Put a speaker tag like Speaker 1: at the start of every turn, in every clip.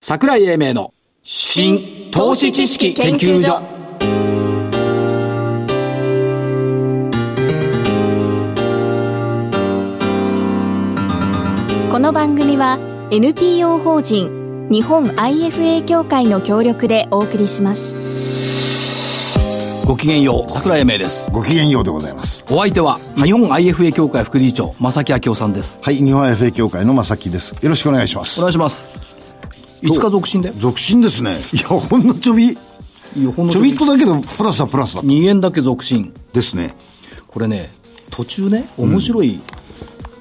Speaker 1: 桜井英明の新投資知識研究所
Speaker 2: この番組は NPO 法人日本 IFA 協会の協力でお送りします
Speaker 1: ごきげんよう桜井英明です
Speaker 3: ごきげんようでございます。
Speaker 1: お相手は日本 IFA 協会副理事長正木明夫さんです
Speaker 3: はい、日本 FA 協会の正木です。よろしくお願いしま
Speaker 1: お
Speaker 3: す。
Speaker 1: 願いしますいつか続進で
Speaker 3: 続進ですね。いや、ほんのちょび、
Speaker 1: いやほんのち
Speaker 3: ちょ
Speaker 1: ょ
Speaker 3: び
Speaker 1: び
Speaker 3: っとだけど、プラスはプラスだ。
Speaker 1: 2円だけ続進
Speaker 3: ですね。
Speaker 1: これね途中ね面白い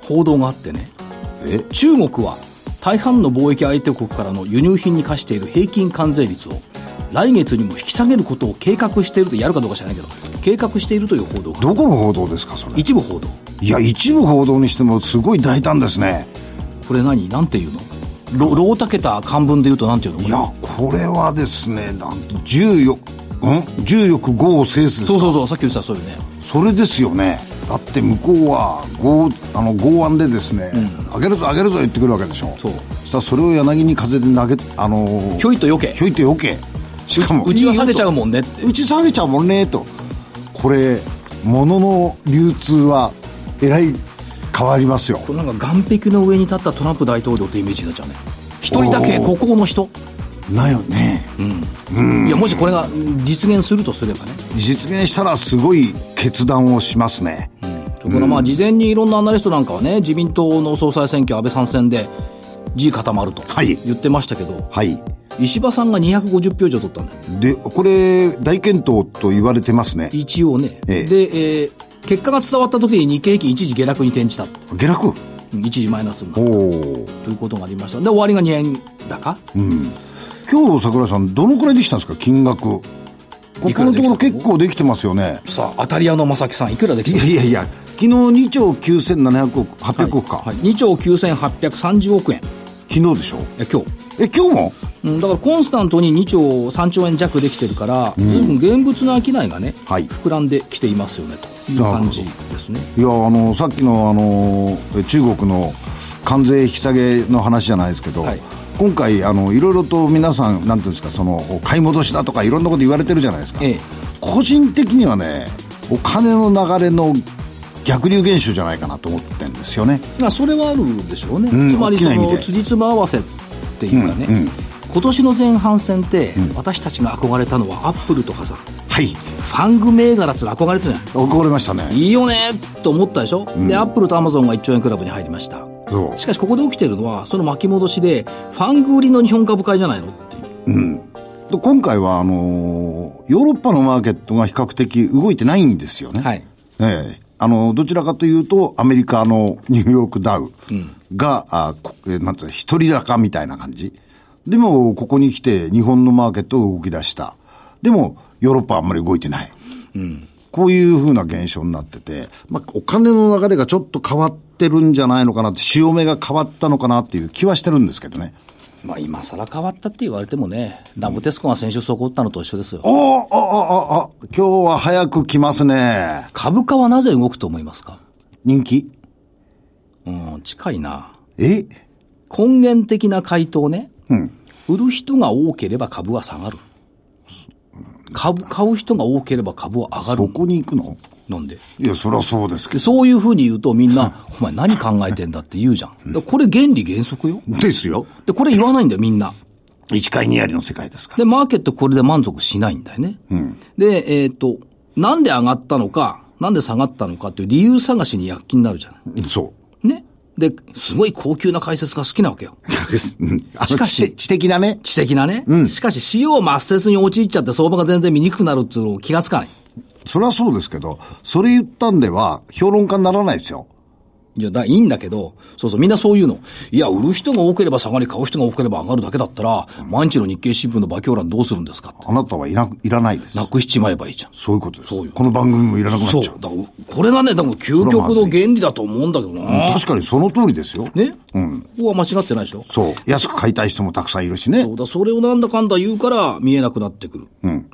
Speaker 1: 報道があってね、
Speaker 3: え
Speaker 1: 中国は大半の貿易相手国からの輸入品に課している平均関税率を来月にも引き下げることを計画しているとやるかどうか知らないけど計画しているという報道が
Speaker 3: どこの報道ですか、それ。
Speaker 1: 一部報道
Speaker 3: いや、一部報道にしても、すごい大胆ですね。
Speaker 1: これ何なんていうのロロータケタ漢文で言うとなんていうのこ
Speaker 3: い
Speaker 1: れ
Speaker 3: や、これはですね、なんと、14、ん重力5を制すです
Speaker 1: そう
Speaker 3: か
Speaker 1: そうそうさっき言ってたそうよね
Speaker 3: それですよねだって向こうは豪あの剛腕でですね、上げるぞ上げるぞ言ってくるわけでしょ
Speaker 1: そう
Speaker 3: そしたらそれを柳に風で投げあのー
Speaker 1: ひょいとよけ
Speaker 3: ひょいとよけしかも
Speaker 1: うちは下げちゃ
Speaker 3: う
Speaker 1: うもんねって
Speaker 3: うち下げちゃうもんねとこれ物の流通はえらい変わりますよ
Speaker 1: これなんか岸壁の上に立ったトランプ大統領ってイメージになっちゃうね一人だけ孤高の人、
Speaker 3: なよね、
Speaker 1: いやもしこれが実現するとすればね
Speaker 3: 実現したらすごい決断をしますね、
Speaker 1: ところがまあ事前にいろんなアナリストなんかはね自民党の総裁選挙安倍参戦で地固まると
Speaker 3: はい
Speaker 1: 言ってましたけど、
Speaker 3: はい
Speaker 1: 石破さんが250票以上取ったんだよ
Speaker 3: でこれ大健闘と言われてますね
Speaker 1: 一応ね、
Speaker 3: ええ
Speaker 1: で、えー結果が伝わった時に日経平均一時下落に転じた
Speaker 3: 下落
Speaker 1: うん一時マイナスにな
Speaker 3: お
Speaker 1: る
Speaker 3: お
Speaker 1: ということがありましたで終わりが2円高、
Speaker 3: 今日桜井さんどのくらいできたんですか金額ここ
Speaker 1: いくら
Speaker 3: の
Speaker 1: で
Speaker 3: と
Speaker 1: き
Speaker 3: こ
Speaker 1: たの
Speaker 3: ろ結構できてますよね
Speaker 1: さあ当たり屋の正木さんいくらできた
Speaker 3: いやいやいや昨日2兆9700億800億か、
Speaker 1: はい、2兆9830億円
Speaker 3: 昨日でしょ
Speaker 1: え今日
Speaker 3: え今日も
Speaker 1: うん、だからコンスタントに2兆3兆円弱できてるから、随分現物の商いがね、
Speaker 3: はい
Speaker 1: 膨らんできていますよねという感じですね
Speaker 3: いやあのさっきのあのえ中国の関税引き下げの話じゃないですけど、
Speaker 1: はい
Speaker 3: 今回あのいろいろと皆さんなんていうんですかその買い戻しだとかいろんなこと言われてるじゃないですか、
Speaker 1: ええ
Speaker 3: 個人的にはねお金の流れの逆流現象じゃないかなと思ってんですよね
Speaker 1: まあそれはあるでしょうね、
Speaker 3: ん
Speaker 1: つまりそ
Speaker 3: 大きな意
Speaker 1: の
Speaker 3: 味で
Speaker 1: 辻褄合わせっていうかね、
Speaker 3: うんうん
Speaker 1: 今年の前半戦って、私たちが憧れたのはアップルとかさフ
Speaker 3: はい
Speaker 1: ァング銘柄っていうの憧れてたじゃ
Speaker 3: 怒れました
Speaker 1: ん
Speaker 3: ね
Speaker 1: いいよねと思ったでしょ、でアップルとアマゾンが1兆円クラブに入りました
Speaker 3: そ
Speaker 1: しかしここで起きてるのはその巻き戻しでファング売りの日本株買いじゃないのっていう
Speaker 3: うで今回はあのヨーロッパのマーケットが比較的動いてないんですよね、
Speaker 1: はい
Speaker 3: ええ、あのどちらかというと、アメリカのニューヨークダウが、あこえなんつうの、一人高みたいな感じ、でもここに来て、日本のマーケットが動き出した、でもヨーロッパはあんまり動いてない、こういうふうな現象になってて、まあ、お金の流れがちょっと変わってるんじゃないのかなって、潮目が変わったのかなっていう気はしてるんですけどね。
Speaker 1: まあ今更変わったって言われてもね、ダムテスコが先週そこ打ったのと一緒ですよ。
Speaker 3: おーああああ今日は早く来ますね。
Speaker 1: 株価はなぜ動くと思いますか
Speaker 3: 人気
Speaker 1: うん、近いな。
Speaker 3: え
Speaker 1: 根源的な回答ね。
Speaker 3: うん。
Speaker 1: 売る人が多ければ株は下がる。株、買う人が多ければ株は上が
Speaker 3: そ
Speaker 1: る。
Speaker 3: こに行くの
Speaker 1: なんで。
Speaker 3: いや、そりゃそうですけ
Speaker 1: でそういうふうに言うとみんな、お前何考えてんだって言うじゃん。だこれ原理原則よ。
Speaker 3: ど。ですよ。
Speaker 1: で、これ言わないんだよみんな。
Speaker 3: 一回二割の世界ですから。
Speaker 1: で、マーケットこれで満足しないんだよね。で、えっ、と、なんで上がったのか、なんで下がったのかっていう理由探しに躍起になるじゃない。
Speaker 3: そ
Speaker 1: ね。で、すごい高級な解説が好きなわけよ。
Speaker 3: う。うんあの
Speaker 1: しかし
Speaker 3: 知的知的だね。
Speaker 1: 知的なね。しかし、使用抹殺に陥っちゃって相場が全然見にくくなるっていうのを気がつかない。
Speaker 3: それはそうですけど、それ言ったんでは、評論家にならないですよ。
Speaker 1: いや、だ、いいんだけど、そうそう、みんなそういうの。いや、売る人が多ければ下がり、買う人が多ければ上がるだけだったら、毎日の日経新聞の馬鏡欄どうするんですかって。
Speaker 3: あなたはいな、いらないです
Speaker 1: な。くしちまえばいいじゃん。
Speaker 3: そういうことです
Speaker 1: そうよ。
Speaker 3: この番組もいらなくな
Speaker 1: そ
Speaker 3: っ
Speaker 1: う。
Speaker 3: ちゃ
Speaker 1: だ
Speaker 3: う。
Speaker 1: からこれがね、でも究極の原理だと思うんだけどな。
Speaker 3: 確かにその通りですよ。
Speaker 1: ね、ここは間違ってないでしょ
Speaker 3: そう。安く買いたい人もたくさんいるしね
Speaker 1: そ。うだ、それをなんだかんだ言うから見えなくなってくる。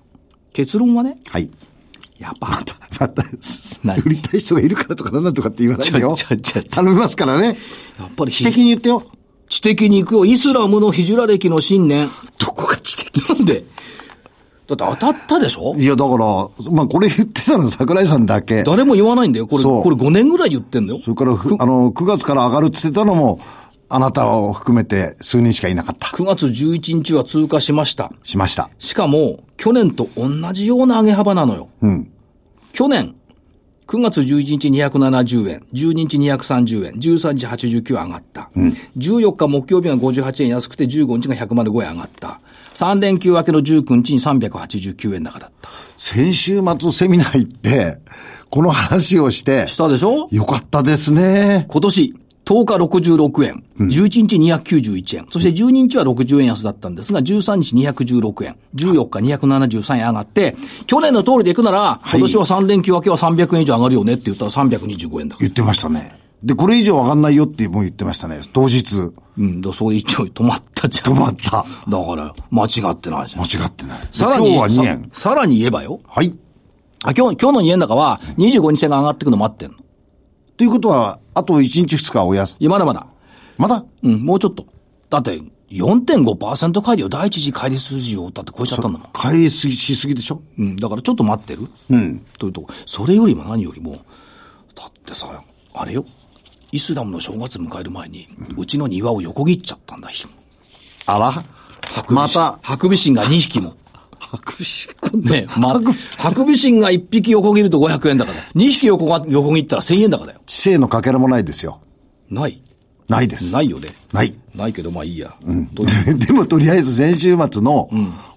Speaker 1: 結論はね、
Speaker 3: はい。
Speaker 1: やっぱ、
Speaker 3: また、
Speaker 1: 何
Speaker 3: 売りたい人がいるからとかなんだとかって言わないでよ
Speaker 1: ちょちょちょ。
Speaker 3: 頼みますからね。
Speaker 1: やっぱり
Speaker 3: 知的に言ってよ。
Speaker 1: 知的に行くよ、イスラムのヒジュラ歴の信念。
Speaker 3: どこが知的
Speaker 1: なんでだって当たったでしょ
Speaker 3: いや、だから、まあ、これ言ってたの桜井さんだけ。
Speaker 1: 誰も言わないんだよ。これ、
Speaker 3: そう
Speaker 1: これ5年ぐらい言ってんだよ。
Speaker 3: それからふ、あの、9月から上がるって言ってたのも、あなたを含めて数人しかいなかった。
Speaker 1: 9月11日は通過しました。
Speaker 3: しました。
Speaker 1: しかも、去年と同じような上げ幅なのよ。
Speaker 3: うん。
Speaker 1: 去年、9月11日270円、12日230円、13日89円上がった。14日木曜日が58円安くて、15日が105円上がった。3連休明けの19日に389円高だった。
Speaker 3: 先週末セミナー行って、この話をして、
Speaker 1: したでしょ
Speaker 3: よかったですね。
Speaker 1: 今年、10日66円、11日291円、そして12日は60円安だったんですが、13日216円、14日273円上がって、去年の通りでいくなら、今年は3連休明けは300円以上上がるよねって言ったら325円だから。
Speaker 3: 言ってましたね。で、これ以上上がんないよってもう言ってましたね。当日。
Speaker 1: うん、だからそれ一応止まったじゃん。
Speaker 3: 止まった。
Speaker 1: だから、間違ってないじゃん。
Speaker 3: 間違ってない。で
Speaker 1: さらに、
Speaker 3: 今日は2円。
Speaker 1: ささらに言えばよ。
Speaker 3: はい。
Speaker 1: あ、今日、今日の2円高は、25日線が上がってくの待ってんの。
Speaker 3: ということは、あと1日2日はお休
Speaker 1: い
Speaker 3: み。
Speaker 1: や、まだまだ。
Speaker 3: まだ
Speaker 1: うん、もうちょっと。だって、4.5%乖離、第一次乖離数字をだって超えちゃったんだもん。
Speaker 3: 帰りすぎしすぎでしょ
Speaker 1: うん、だからちょっと待ってる。うん。というとこ、それよりも何よりも、だってさ、あれよ。イスラムの正月迎える前に、うちの庭を横切っちゃったんだ。
Speaker 3: あらまた、
Speaker 1: ハクビシンが2匹も。
Speaker 3: 白
Speaker 1: ねえ、ま、ハクビシンが1匹横切ると500円だから。2匹横が横切ったら1000円だからよ。
Speaker 3: 知性のかけらもないですよ。
Speaker 1: ない。
Speaker 3: ないです。
Speaker 1: ないよね。
Speaker 3: ない。
Speaker 1: ないけど、まあいいや。どう
Speaker 3: で でもとりあえず先週末の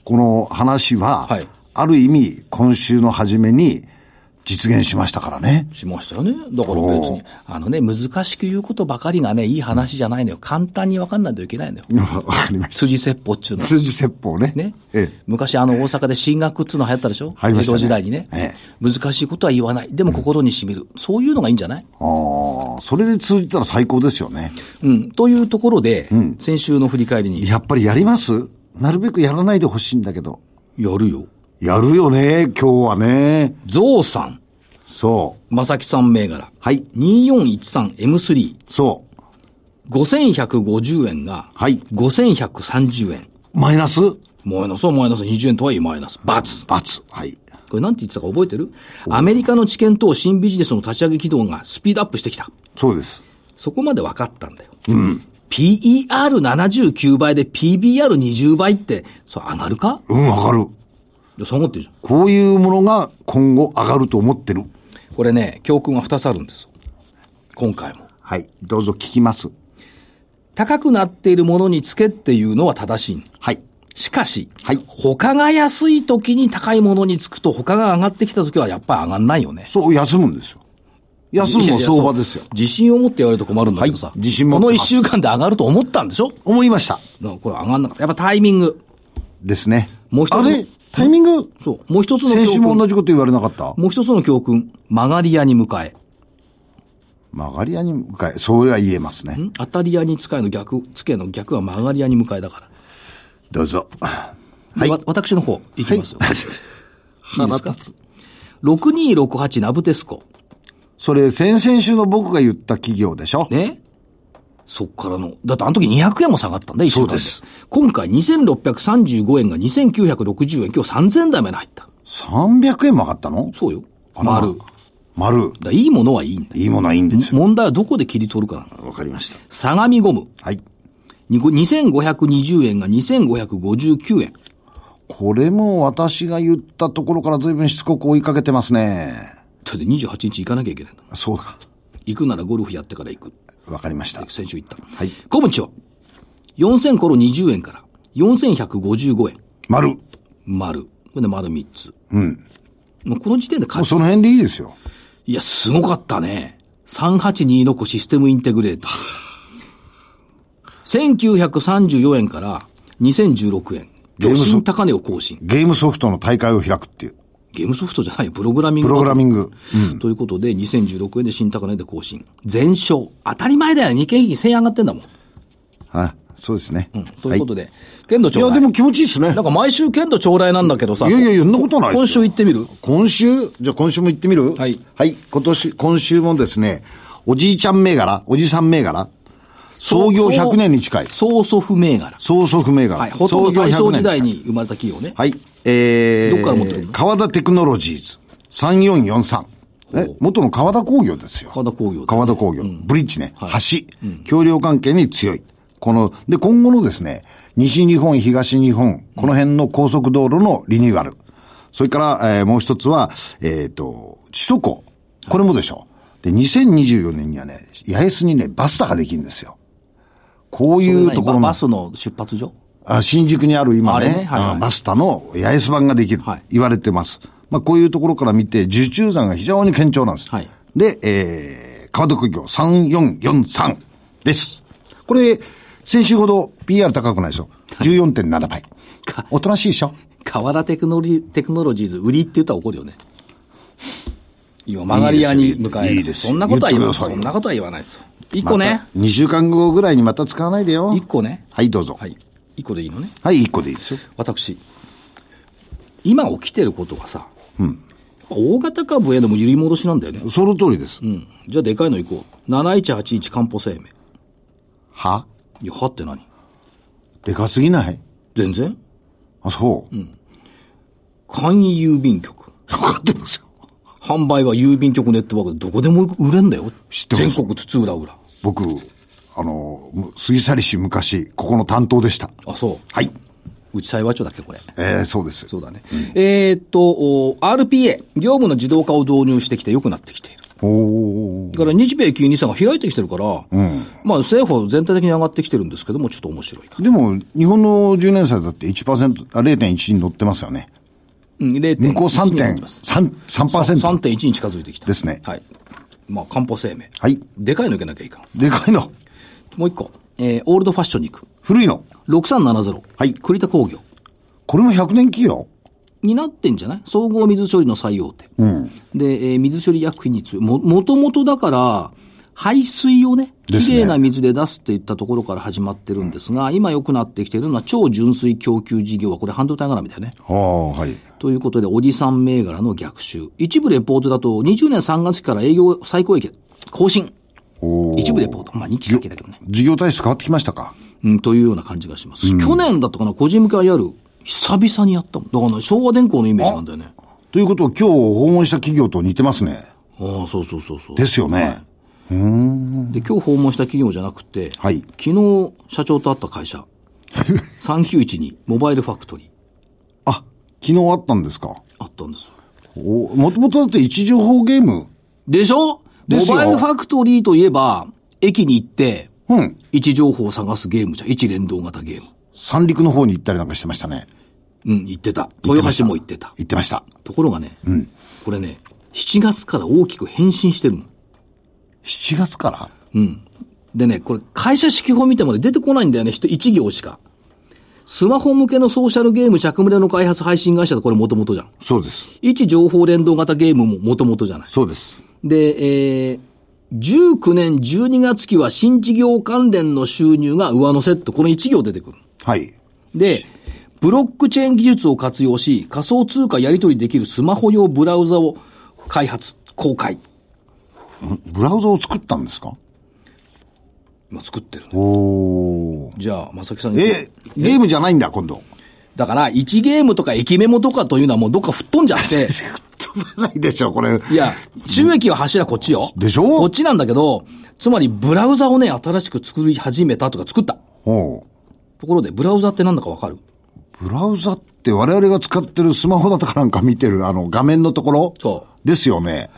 Speaker 3: この話は、
Speaker 1: はい
Speaker 3: ある意味今週の初めに実現しましたからね。
Speaker 1: しましたよね。だから別に、あのね、難しく言うことばかりがね、いい話じゃないのよ。簡単に分かんないといけないのよ。
Speaker 3: わかりまし
Speaker 1: 辻説法っちゅうの
Speaker 3: た。
Speaker 1: は。
Speaker 3: 数字説法ね。
Speaker 1: ね、
Speaker 3: ええ。
Speaker 1: 昔あの大阪で進学っつうの流行ったでしょ
Speaker 3: 流行りま
Speaker 1: 江
Speaker 3: したね
Speaker 1: 戸時代にね、
Speaker 3: え
Speaker 1: 難しいことは言わない。でも心に染みる。そういうのがいいんじゃない
Speaker 3: ああ、それで通じたら最高ですよね。
Speaker 1: うん。というところで、先週の振り返りに、
Speaker 3: やっぱりやりますなるべくやらないでほしいんだけど。
Speaker 1: やるよ。
Speaker 3: やるよね、今日はね。
Speaker 1: ゾウさん。
Speaker 3: そう。
Speaker 1: 正木さん銘柄。
Speaker 3: はい。
Speaker 1: 2413M3。
Speaker 3: そう。
Speaker 1: 5150円が、
Speaker 3: はい
Speaker 1: 5130円。
Speaker 3: マイナス
Speaker 1: マイナスはマイナス20円とはいえマイナス。バツ。
Speaker 3: 罰。はい。
Speaker 1: これなんて言ってたか覚えてるアメリカの知見等新ビジネスの立ち上げ軌道がスピードアップしてきた。
Speaker 3: そうです。
Speaker 1: そこまで分かったんだよ。PER79 倍で PBR20 倍って、それ上がるか
Speaker 3: うん、わかる。
Speaker 1: いや下がってるじゃん。
Speaker 3: こういうものが今後上がると思ってる。
Speaker 1: これね、教訓が2つあるんですよ。今回も。
Speaker 3: はい。どうぞ聞きます。
Speaker 1: 高くなっているものにつけっていうのは正しいん
Speaker 3: はい。
Speaker 1: しかし、
Speaker 3: はい
Speaker 1: 他が安い時に高いものにつくと、他が上がってきた時はやっぱり上がんないよね。
Speaker 3: そう、休むんですよ。休むの相場ですよ。
Speaker 1: 自信を持って言われると困るんだけどさ。
Speaker 3: はい自信持って
Speaker 1: この
Speaker 3: ま
Speaker 1: 一
Speaker 3: す
Speaker 1: 週間で上がると思ったんでしょ
Speaker 3: 思いました。
Speaker 1: だからこれ上がんなかった。やっぱタイミング。
Speaker 3: ですね。
Speaker 1: もう一つ
Speaker 3: あれタイミング
Speaker 1: そう。もう一つの
Speaker 3: 先
Speaker 1: 教
Speaker 3: 週
Speaker 1: 訓。
Speaker 3: も
Speaker 1: も
Speaker 3: 同じこと言われなかった
Speaker 1: う一つの教訓。曲がり屋に迎え。
Speaker 3: 曲がり屋に向かい、それは言えますね。
Speaker 1: ん当たり屋に使えの逆、つけの逆は曲がり屋に迎えだから。
Speaker 3: どうぞ。
Speaker 1: でわ私の方、いきますよ。
Speaker 3: 腹立つ。
Speaker 1: 6268ナブテスコ。
Speaker 3: それ、先々週の僕が言った企業でしょ
Speaker 1: ね。そっからの、だってあの時200円も下がったんだ、一週間
Speaker 3: そうです。
Speaker 1: 今回2635円が2960円、今日3000台目に入った。
Speaker 3: 300円も上がったの
Speaker 1: そうよ。
Speaker 3: あら
Speaker 1: 丸。だか。
Speaker 3: 丸。
Speaker 1: らいいものはいいんだよ。
Speaker 3: いいものはいいんですよ。
Speaker 1: 問題はどこで切り取るかなの。
Speaker 3: わかりました。
Speaker 1: 相模ゴム。
Speaker 3: はい。
Speaker 1: に2520円が2559円。
Speaker 3: これも私が言ったところから随分しつこく追いかけてますね。
Speaker 1: だって28日行かなきゃいけないんだ
Speaker 3: そうだ。
Speaker 1: 行くならゴルフやってから行く。
Speaker 3: わかりました。。
Speaker 1: 先週言った。はい小渕は、4000コロ20円から4155円。
Speaker 3: 丸。も
Speaker 1: 丸。これで丸3つ。うん。もうこの時点で勝
Speaker 3: う
Speaker 1: ち。
Speaker 3: その辺でいいですよ。
Speaker 1: いや、すごかったね。382の子システムインテグレーター。1934円から2016円。
Speaker 3: ー
Speaker 1: 巨
Speaker 3: ムソ
Speaker 1: 新高値を更新。
Speaker 3: ゲームソフトの大会を開くっていう。
Speaker 1: ゲームソフトじゃないよ。プログラミング。
Speaker 3: プログラミン
Speaker 1: グ。
Speaker 3: グ。
Speaker 1: ということで、2016円で新高値で更新。全勝。当たり前だよ。日経平均1000円上がってんだもん。
Speaker 3: あ、そうですね。
Speaker 1: ということ
Speaker 3: は
Speaker 1: で、剣道
Speaker 3: い、い
Speaker 1: 長
Speaker 3: や、
Speaker 1: だ
Speaker 3: でも気持ちいいですね
Speaker 1: な。んか毎週剣道長来なんだけどさ。
Speaker 3: いやいやいや、そんなことない
Speaker 1: 今
Speaker 3: ですよ
Speaker 1: 週。行ってみる
Speaker 3: 今週じゃあ今週も行ってみる
Speaker 1: はい。
Speaker 3: はい。今年、今週もですね、おじいちゃん銘柄、おじさん銘柄、創業100年に近い。
Speaker 1: 曽祖父銘柄。
Speaker 3: 創祖不銘柄。
Speaker 1: はい。ほとんど大
Speaker 3: 創
Speaker 1: 正
Speaker 3: 業
Speaker 1: 時
Speaker 3: 100年近
Speaker 1: 代
Speaker 3: い
Speaker 1: に生まれた企業ね。
Speaker 3: はい。えー、
Speaker 1: どっから持ってくるの
Speaker 3: 川田テクノロジーズ3443。え、元の川田工業ですよ。
Speaker 1: 川田工業だね
Speaker 3: 川田工業。ブリッジね。橋、橋梁関係に強い。この、で、今後のですね、西日本、東日本、この辺の高速道路のリニューアル。それから、えーもう一つは、えっ、と、首都高。これもでしょう。で、2024年にはね、八重洲にね、バスタができるんですよ。こういうとこ
Speaker 1: まあ
Speaker 3: ろも
Speaker 1: バスの出発所
Speaker 3: あ新宿にある今ね、
Speaker 1: あれねはいはい
Speaker 3: あバスタの八重洲版ができる、
Speaker 1: はい
Speaker 3: 言われてます。まあ、こういうところから見て、受注山が非常に堅調なんです。
Speaker 1: はい
Speaker 3: で、えー、川戸工業3443です。これ、先週ほど PR 高くないですよ。14.7倍。 おとなしいでしょ
Speaker 1: 川田テクノリテクノロジーズ売りって言ったら怒るよね。今、曲がり屋に迎える。
Speaker 3: いいですよ
Speaker 1: そんなことは言わない。
Speaker 3: 言ってください
Speaker 1: そ
Speaker 3: よ
Speaker 1: んなことは言わないですよ。一個ね。
Speaker 3: 2週間後ぐらいにまた使わないでよ。
Speaker 1: 一個ね。
Speaker 3: はい、どうぞ。
Speaker 1: はい。一個でいいのね。
Speaker 3: はい、一個でいいですよ。
Speaker 1: 私、今起きてることがさ、大型株への揺り戻しなんだよね。
Speaker 3: その通りです。
Speaker 1: うん。じゃあでかいの行こう。7181漢方生命。
Speaker 3: はい
Speaker 1: や、はって何
Speaker 3: でかすぎない
Speaker 1: 全然
Speaker 3: あ、そう。
Speaker 1: 簡易郵便局。
Speaker 3: 分かってますよ。
Speaker 1: 販売は郵便局ネットワークでどこでも売れんだよ。
Speaker 3: 知ってます
Speaker 1: 全国津々浦
Speaker 3: 僕、あの、む杉去市昔、ここの担当でした。
Speaker 1: 々。あ、そう。
Speaker 3: はい。
Speaker 1: うち裁判長だっけ、これ。
Speaker 3: えー、そうです。
Speaker 1: そうだね。えーっと、お RPA、業務の自動化を導入してきて良くなってきている。
Speaker 3: おおー
Speaker 1: だから日米金利差が開いてきてるから、まあ政府は全体的に上がってきてるんですけども、ちょっと面白いか。
Speaker 3: でも、日本の10年債だって1%、あ0.1に乗ってますよね。
Speaker 1: うん、0.1
Speaker 3: 向こう
Speaker 1: になってます
Speaker 3: 3.3%。3%,
Speaker 1: 3.1に近づいてきた。
Speaker 3: ですね
Speaker 1: はい。まあ漢方生命。
Speaker 3: はい。
Speaker 1: でかいのいけなきゃいかん。
Speaker 3: でかいの。
Speaker 1: もう一個、えー、オールドファッションに行く。
Speaker 3: 古いの。
Speaker 1: 6370。
Speaker 3: はい
Speaker 1: 栗田工業。
Speaker 3: これも100年企業
Speaker 1: になってんじゃない総合水処理の最大手。で、えー水処理薬品に強い。も、もともとだから、排水をね、
Speaker 3: です
Speaker 1: 綺
Speaker 3: ね
Speaker 1: 麗な水で出すっていったところから始まってるんですが、今良くなってきてるのは超純粋供給事業はこれ半導体絡みだよね。
Speaker 3: ああ、はい。
Speaker 1: ということで、おじさん銘柄の逆襲。一部レポートだと、20年3月期から営業最高益更新。
Speaker 3: おー
Speaker 1: 一部レポート。まあ、2期先だけどね。
Speaker 3: 事業体質変わってきましたか
Speaker 1: うん、というような感じがします。去年だったかな、個人向け IR、久々にやったもん。だから、ね、昭和電工のイメージなんだよね。
Speaker 3: ということは、今日訪問した企業と似てますね。
Speaker 1: ああ、そうそうそうそう。
Speaker 3: ですよね。
Speaker 1: で、今日訪問した企業じゃなくて、
Speaker 3: はい
Speaker 1: 昨日、社長と会った会 社、3912、モバイルファクトリー、
Speaker 3: あ、昨日あったんですか。
Speaker 1: あったんですよ。
Speaker 3: おもともとだって一情報ゲーム。
Speaker 1: でしょ
Speaker 3: で
Speaker 1: モ
Speaker 3: すよ
Speaker 1: バイルファクトリーといえば、駅に行って、
Speaker 3: うん。
Speaker 1: 位置情報を探すゲームじゃん。位置連動型ゲーム。
Speaker 3: 三陸の方に行ったりなんかしてましたね。
Speaker 1: うん、言ってた。
Speaker 3: 言ってま
Speaker 1: 豊
Speaker 3: した
Speaker 1: 橋も言ってた。
Speaker 3: 行ってました。
Speaker 1: ところがね、これね、7月から大きく変身してるの。
Speaker 3: 7月から
Speaker 1: でね、これ会社指揮法見てもね、出てこないんだよね、人一行しか。スマホ向けのソーシャルゲーム着胸の開発配信会社でこれ元々じゃん。
Speaker 3: そうです。
Speaker 1: 位置情報連動型ゲームも元々じゃない。
Speaker 3: そうです。
Speaker 1: で、えー、19年12月期は新事業関連の収入が上乗せって、この1行出てくる。
Speaker 3: はい。
Speaker 1: で、ブロックチェーン技術を活用し、仮想通貨やり取りできるスマホ用ブラウザを開発、公開。
Speaker 3: ブラウザを作ったんですか
Speaker 1: 今作ってるね。
Speaker 3: おー。
Speaker 1: じゃあ、まさきさん。
Speaker 3: え、ゲームじゃないんだ、今度。
Speaker 1: だから、1ゲームとか駅メモとかというのはもうどっか吹っ飛んじゃ って、
Speaker 3: 飛ばないでしょ、これ。
Speaker 1: いや、収益は柱こっちよ。
Speaker 3: でしょ
Speaker 1: こっちなんだけど、つまりブラウザをね、新しく作り始めたとか作った。
Speaker 3: おう
Speaker 1: ところで、ブラウザってなんだかわかる
Speaker 3: ブラウザって我々が使ってるスマホだとかなんか見てる、あの、画面のところ
Speaker 1: そ
Speaker 3: ですよね。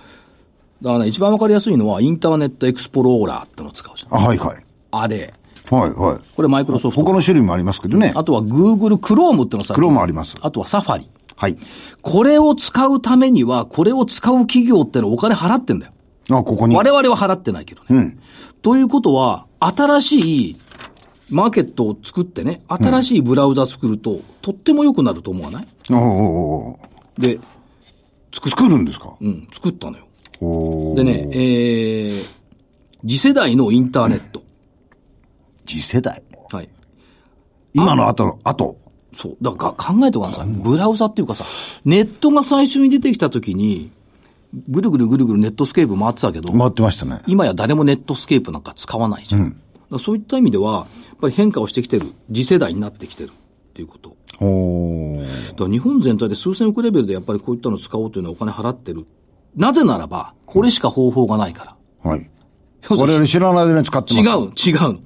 Speaker 1: だからね、一番わかりやすいのは、インターネットエクスプローラーってのを使うじゃん。
Speaker 3: あ、はいはい。
Speaker 1: あれ。
Speaker 3: はいはい。
Speaker 1: これマイクロソフト。
Speaker 3: 他の種類もありますけどね。
Speaker 1: あとは Google Chrome ってのさ、
Speaker 3: 黒もあります。
Speaker 1: あとはサファリ。
Speaker 3: はい。
Speaker 1: これを使うためには、これを使う企業ってのはお金払ってんだよ。
Speaker 3: あ、ここに。
Speaker 1: 我々は払ってないけどね。ということは、新しいマーケットを作ってね、新しいブラウザ作ると、とっても良くなると思わない
Speaker 3: おうおうおう
Speaker 1: で、
Speaker 3: 作作るんですか
Speaker 1: うん、作ったのよ。
Speaker 3: おー
Speaker 1: でね、えー、次世代のインターネット。
Speaker 3: 次世代。
Speaker 1: はい。
Speaker 3: 今の後の、後。
Speaker 1: そう。だからが考えてください。ブラウザっていうかさ、ネットが最初に出てきた時に、ぐるぐるぐるぐるネットスケープ回ってたけど、
Speaker 3: 回ってましたね。
Speaker 1: 今や誰もネットスケープなんか使わないじゃん。らそういった意味では、やっぱり変化をしてきてる、次世代になってきてるっていうこと。
Speaker 3: おー
Speaker 1: だから日本全体で数千億レベルでやっぱりこういったのを使おうというのはお金払ってる。なぜならば、これしか方法がないから。
Speaker 3: はい。我々知らない間に使って
Speaker 1: 違
Speaker 3: ます。
Speaker 1: う、違うの。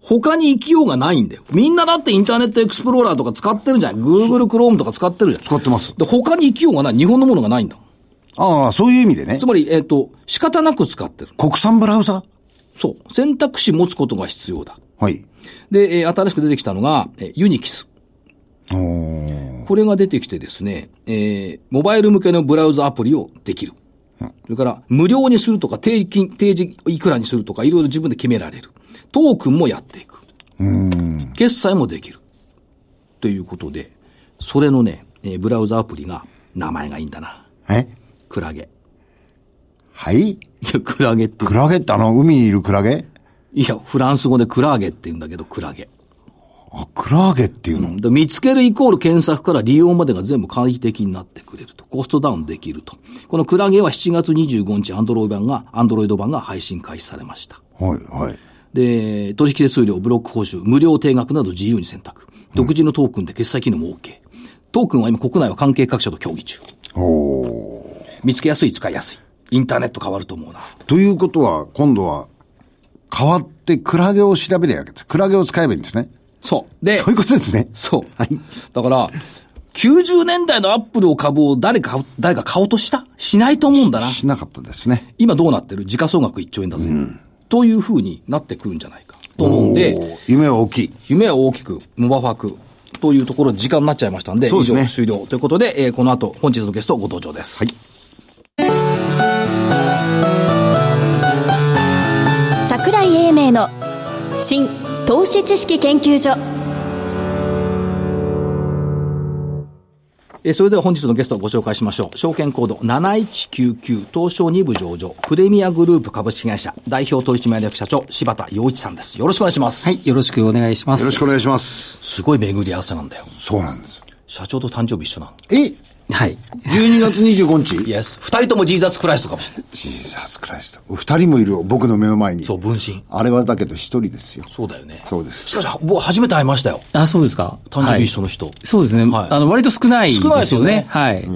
Speaker 1: 他に生きようがないんだよ。みんなだってインターネットエクスプローラーとか使ってるじゃん。Google Chrome とか使ってるじゃん。
Speaker 3: 使ってます
Speaker 1: で、他に生きようがない。日本のものがないんだもん。
Speaker 3: ああ、そういう意味でね
Speaker 1: つ。まり、えっ、と、仕方なく使ってる。
Speaker 3: 国産ブラウザ
Speaker 1: そう。選択肢持つことが必要だ。
Speaker 3: はい。
Speaker 1: で、えー新しく出てきたのが、えーユニキス。
Speaker 3: おー
Speaker 1: これが出てきてですね、えーモバイル向けのブラウザアプリをできる。それから、無料にするとか、定金、定時いくらにするとか、いろいろ自分で決められる。トークンもやっていく。決済もできる。ということで、それのね、えーブラウザアプリが、名前がいいんだな。
Speaker 3: え
Speaker 1: クラゲ。い
Speaker 3: はい
Speaker 1: や、クラゲって、
Speaker 3: クラゲってあの、海にいるクラゲ
Speaker 1: いや、フランス語でクラゲって言うんだけど、クラゲ。
Speaker 3: あ、クラゲっていうの、
Speaker 1: で見つけるイコール検索から利用までが全部簡易的になってくれると。コストダウンできると。このクラゲは7月25日、アンドロイド版が、アンドロイド版が配信開始されました。
Speaker 3: はい、はい。
Speaker 1: で、取引手数料、ブロック報酬、無料定額など自由に選択。独自のトークンで決済機能も OK。トークンは今国内は関係各社と協議中。
Speaker 3: おー
Speaker 1: 見つけやすい、使いやすい。インターネット変わると思うな。
Speaker 3: ということは、今度は、変わってクラゲを調べりゃいいわけです。クラゲを使えばいいんですね。
Speaker 1: そう。で、
Speaker 3: そういうことですね。
Speaker 1: そう。
Speaker 3: はい
Speaker 1: だから、90年代のアップルを株を誰か、誰か買おうとしたしないと思うんだな。
Speaker 3: しなかったですね。
Speaker 1: 今どうなってる時価総額1兆円だぜ。というふうになってくるんじゃないかと思うん
Speaker 3: お
Speaker 1: で、
Speaker 3: ー、夢は大きい。
Speaker 1: 夢は大きく、モバファクというところで時間になっちゃいましたんで、
Speaker 3: そうですね
Speaker 1: 以上終了ということで、えーこの後本日のゲストご登場です。
Speaker 3: はい
Speaker 2: 桜井英明の新投資知識研究所
Speaker 1: えーそれでは本日のゲストをご紹介しましょう。証券コード7199東証2部上場プレミアグループ株式会社代表取締役社長柴田洋一さんです。よろしくお願いします。
Speaker 4: はい、よろしくお願いします。
Speaker 3: よろしくお願いします。
Speaker 1: すごい巡り合わせなんだよ。
Speaker 3: そうなんです。
Speaker 1: 社長と誕生日一緒なの。
Speaker 3: え
Speaker 4: はい。
Speaker 3: 12月25日
Speaker 1: イエス。二人ともジーザスクライストかもしれない。
Speaker 3: ジーザスクライスト。お二人もいるよ、僕の目の前に。
Speaker 1: そう、分身。
Speaker 3: あれはだけど一人ですよ。
Speaker 1: そうだよね。
Speaker 3: そうです
Speaker 1: しかし、は僕初めて会いましたよ。
Speaker 4: あ、そうですか。
Speaker 1: 誕生日一
Speaker 4: はい
Speaker 1: 緒の人。
Speaker 4: そうですね。
Speaker 1: はい
Speaker 4: あの、割と少ないですよ
Speaker 1: 少ない
Speaker 4: ね。
Speaker 1: ですよね
Speaker 4: はい。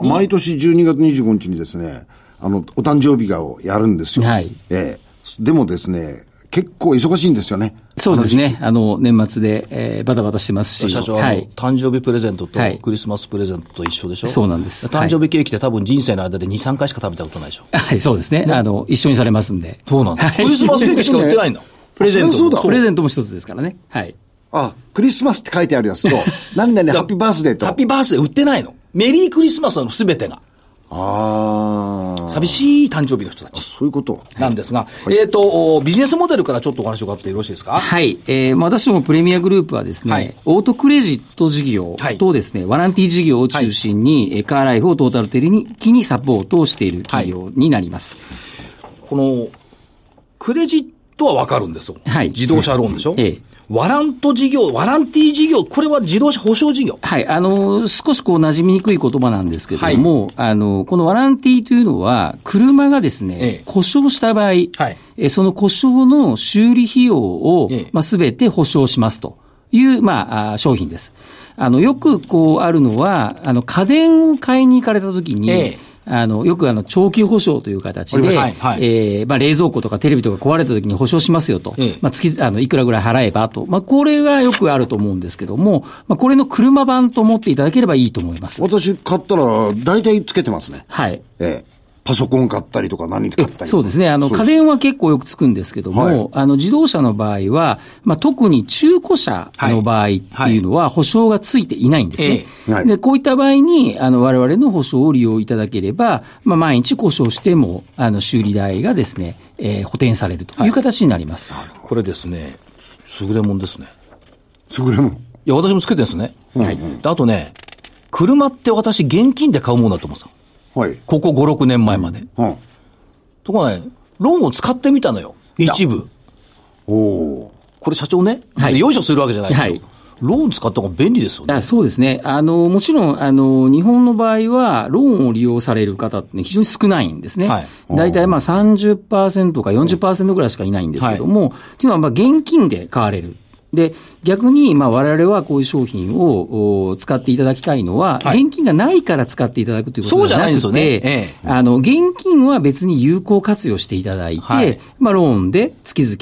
Speaker 3: 毎年12月25日にですね、あの、お誕生日会をやるんですよ。
Speaker 4: はい
Speaker 3: ええでもですね、結構忙しいんですよね。
Speaker 4: そうですね。あの、年末で、えーバタバタしてますし。
Speaker 1: 社長、
Speaker 4: は
Speaker 1: あの
Speaker 4: い。
Speaker 1: 誕生日プレゼントと
Speaker 4: はい
Speaker 1: クリスマスプレゼントと一緒でしょ
Speaker 4: そうなんです
Speaker 1: 誕生日ケーキって多分人生の間で2、3回しか食べたことないでしょ
Speaker 4: はい、そうですね。あの、一緒にされますんで。
Speaker 1: そうなんだ。 クリスマスケーキしか売ってない んだ。
Speaker 3: プレゼントもそりゃそうだ
Speaker 4: プレゼントも一つですからね。はい。
Speaker 3: あ、クリスマスって書いてあるやつと、何々ハッピーバースデーと。
Speaker 1: ハッピーバースデー売ってないの。メリークリスマスなの全てが。
Speaker 3: ああ。
Speaker 1: 寂しい誕生日の人たち。
Speaker 3: そういうこと。
Speaker 1: なんですが、えっと、ビジネスモデルからちょっとお話を伺ってよろしいですか
Speaker 4: はい。えーまあ、私どもプレミアグループはですね、
Speaker 1: はい
Speaker 4: オートクレジット事業とですね、ワランティ事業を中心に、えーカーライフをトータル的に機にサポートをしている企業になります。
Speaker 1: この、クレジットはわかるんですよ。
Speaker 4: はい
Speaker 1: 自動車ローンでしょ
Speaker 4: ええ
Speaker 1: ワラント事業、ワランティー事業、これは自動車保証事業。
Speaker 4: はい。あの、少しこう、馴染みにくい言葉なんですけれども、あの、このワランティというのは、車がですね、
Speaker 1: ええ
Speaker 4: 故障した場合、えその故障の修理費用を、
Speaker 1: ええ
Speaker 4: まあ、すべて保証しますという、まあ、あー商品です。あの、よくこう、あるのは、あの、家電を買いに行かれたときに、
Speaker 1: ええ
Speaker 4: あの、よくあの、長期保証という形
Speaker 1: ありま
Speaker 4: で、
Speaker 1: すはいはい
Speaker 4: えーまあ、冷蔵庫とかテレビとか壊れた時に保証しますよと。
Speaker 1: ええ
Speaker 4: まあ、月、あの、いくらぐらい払えばと。まあ、これがよくあると思うんですけども、まあ、これの車版と思っていただければいいと思います。
Speaker 3: 私買ったら、大体つけてますね。
Speaker 4: はい。
Speaker 3: ええ。パソコン買ったりとか何買ったり
Speaker 4: そうですね。あの、家電は結構よくつくんですけども、
Speaker 3: はい
Speaker 4: あの、自動車の場合は、まあ、特に中古車の場合っていうのは、保証がついていないんですね。
Speaker 3: ええはい
Speaker 4: で、こういった場合に、あの、我々の保証を利用いただければ、まあ、毎日故障しても、あの、修理代がですね、えー補填されるという形になります。
Speaker 1: これですね、優れもんですね。
Speaker 3: す。優れもん。
Speaker 1: いや、私もつけてるんですね。はい。であとね、車って私現金で買うもんだと思ってたの。
Speaker 3: はい。
Speaker 1: ここ5、6年前まで。
Speaker 3: うん。
Speaker 1: ところがね、ローンを使ってみたのよ。一部。
Speaker 3: おお。
Speaker 1: これ社長ね、
Speaker 4: はい
Speaker 1: よいしょするわけじゃないけど、
Speaker 4: はい
Speaker 1: ローン使った方が便利ですよね。
Speaker 4: あそうですね。あの、もちろん、あの、日本の場合は、ローンを利用される方ってね、非常に少ないんですね。
Speaker 1: はい
Speaker 4: 大体まあ30%か40%ぐらいしかいないんですけども、っていうのはまあ現金で買われる。で、逆に、まあ我々はこういう商品をお使っていただきたいのは、
Speaker 1: はい
Speaker 4: 現金がないから使っていただくということ
Speaker 1: そうじ
Speaker 4: で
Speaker 1: ゃ
Speaker 4: は
Speaker 1: な
Speaker 4: ない
Speaker 1: んですよ
Speaker 4: く
Speaker 1: ね
Speaker 4: て、
Speaker 1: ええ
Speaker 4: あの、現金は別に有効活用していただいて、
Speaker 1: はい
Speaker 4: まあローンで月々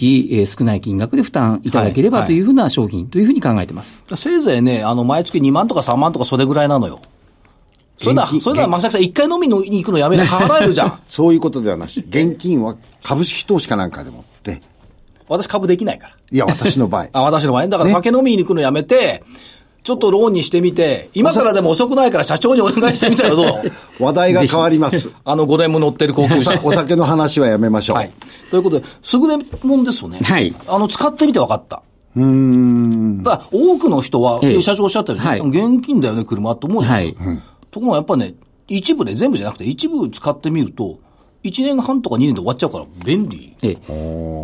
Speaker 4: えー少ない金額で負担いただけれ
Speaker 1: は
Speaker 4: ば
Speaker 1: い
Speaker 4: というふうな商品というふうに考えてます。
Speaker 1: せいぜいね、あの、毎月2万とか3万とかそれぐらいなのよ。それなら、
Speaker 3: 現金。
Speaker 1: それなら、まさきさん一回飲みのに行くのやめて払えるじゃん
Speaker 3: そういうことではなし、現金は株式投資かなんかでもって、
Speaker 1: 私株できないから。
Speaker 3: いや、私の場合。
Speaker 1: あ、私の場合ね。だから酒飲みに行くのやめて、ちょっとローンにしてみて、今からでも遅くないから社長にお願いしてみたらど う
Speaker 3: 話題が変わります。
Speaker 1: あの5年も乗ってる航空
Speaker 3: お
Speaker 1: 車
Speaker 3: さ。お酒の話はやめましょう。
Speaker 1: はい。ということで、優れもんですよね。
Speaker 4: はい
Speaker 1: あの、使ってみて分かった。うん。だから、多くの人は、
Speaker 4: ええ
Speaker 1: 社長おっしゃったように、
Speaker 4: はい
Speaker 1: 現金だよね、車と思うじゃないですか。
Speaker 4: は
Speaker 1: ところがやっぱね、一部ね、全部じゃなくて、一部使ってみると、1年半とか2年で終わっちゃうから、便利。
Speaker 4: ええ